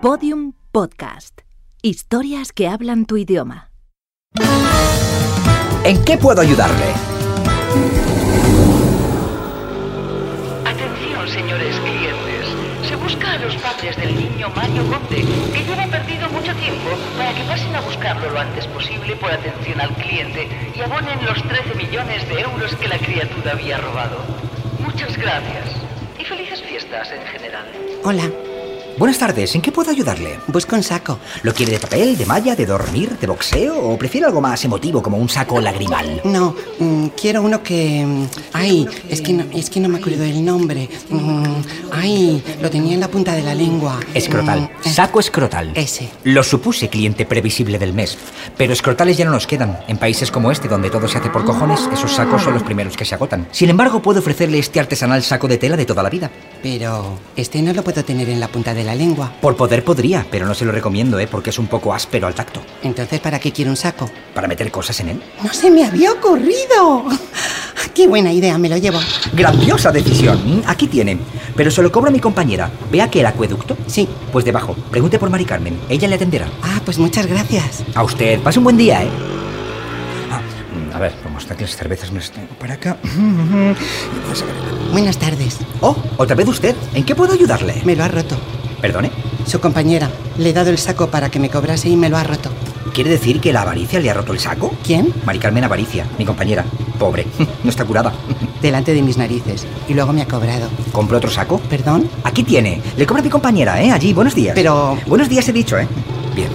Podium Podcast. Historias que hablan tu idioma. ¿En qué puedo ayudarle? Atención, señores clientes. Se busca a los padres del niño Mario Conde, que lleva perdido mucho tiempo, para que pasen a buscarlo lo antes posible por atención al cliente y abonen los 13 millones de euros que la criatura había robado. Muchas gracias. Y felices fiestas en general. Hola, Buenas tardes, ¿en qué puedo ayudarle? busco un saco. ¿Lo quiere de papel, de malla, de dormir, de boxeo o prefiere algo más emotivo como un saco lagrimal? No, mm, quiero uno que... mm, Ay, es que no, es que no me acuerdo del nombre. Mm, Ay, lo tenía en la punta de la lengua. Escrotal. Mm, eh, Saco escrotal. Ese. Lo supuse cliente previsible del mes. Pero escrotales ya no nos quedan. En países como este, donde todo se hace por cojones, esos sacos son los primeros que se agotan. Sin embargo, puedo ofrecerle este artesanal saco de tela de toda la vida. Pero este no lo puedo tener en la punta de la lengua. Por poder podría, pero no se lo recomiendo, ¿eh? Porque es un poco áspero al tacto. Entonces, ¿para qué quiero un saco? ¿Para meter cosas en él? No se me había ocurrido. Qué buena idea, me lo llevo. Grandiosa decisión. Mm, Aquí tiene. Pero se lo cobra mi compañera. Vea que el acueducto. Sí. Pues debajo. Pregunte por Mari Carmen. Ella le atenderá. Ah, pues muchas gracias. A usted. Pase un buen día, ¿eh? Ah, mm, A ver, como está que las cervezas me las tengo para acá. Vamos a ver. Buenas tardes. Oh, otra vez usted. ¿En qué puedo ayudarle? Me lo ha roto. Perdone. Su compañera. Le he dado el saco para que me cobrase y me lo ha roto. ¿Quiere decir que la avaricia le ha roto el saco? ¿Quién? Mari Carmen Avaricia, mi compañera. Pobre. No está curada. Delante de mis narices. Y luego me ha cobrado. ¿Compró otro saco? ¿Perdón? Aquí tiene. Le cobra mi compañera, ¿eh? Allí, buenos días. Pero- Buenos días he dicho, ¿eh? Bien.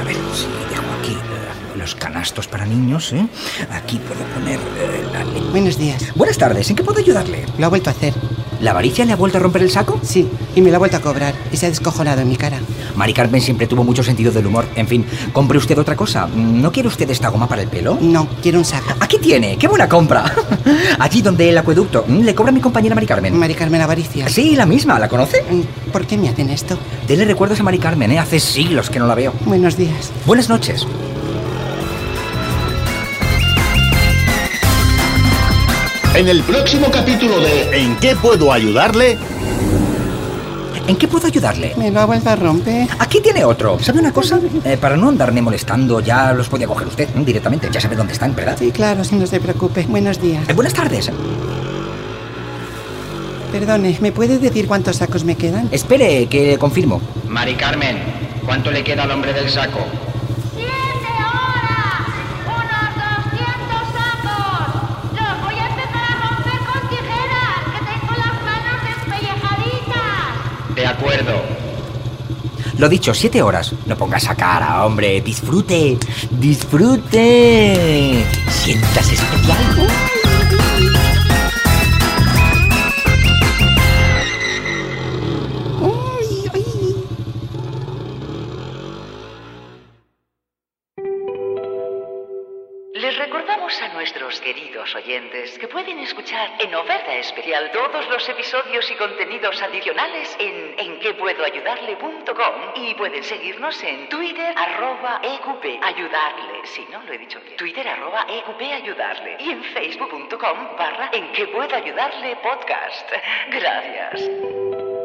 A ver, si dejo aquí eh, los canastos para niños, ¿eh? Aquí puedo poner eh, la le- Buenos días. Buenas tardes, ¿en qué puedo ayudarle? Lo ha vuelto a hacer. ¿La avaricia le ha vuelto a romper el saco? Sí, y me lo ha vuelto a cobrar. Y se ha descojonado en mi cara. Mari Carmen siempre tuvo mucho sentido del humor. En fin, compre usted otra cosa. Mm, ¿No quiere usted esta goma para el pelo? Mm, No, quiero un saco. Aquí tiene, qué buena compra. Allí donde el acueducto mm, le cobra mi compañera Mari Carmen. Mari Carmen Avaricia. Sí, la misma, ¿la conoce? Mm, ¿Por qué me hacen esto? Dele recuerdos a Mari Carmen, ¿eh? Hace siglos que no la veo. Buenos días. Buenas noches. En el próximo capítulo de ¿En qué puedo ayudarle? ¿En qué puedo ayudarle? Me lo ha vuelto a romper. Aquí tiene otro. ¿Sabe una cosa? Eh, para no andarme molestando, ya los podía coger usted ¿eh? directamente. Ya sabe dónde están, ¿verdad? Sí, claro, si no se preocupe. Buenos días. Eh, buenas tardes. Perdone, ¿me puede decir cuántos sacos me quedan? Espere, que confirmo. Mari Carmen, ¿cuánto le queda al hombre del saco? ¡Siete horas! ¡Unos 200 sacos! ¡Los voy a empezar a romper con tijeras! ¡Que tengo las manos despellejaditas! De acuerdo. Lo dicho, siete horas. No ponga esa cara, hombre. Disfrute. Disfrute. Sientas especial. Uy, uy. Les recordamos a nuestros queridos oyentes que pueden escuchar en oferta especial todos los episodios y contenidos adicionales en enquepuedoayudarle.com y pueden seguirnos en Twitter arroba EQP ayudarle, si no lo he dicho bien, Twitter arroba EQP ayudarle y en facebook.com barra en que puedo ayudarle podcast. Gracias.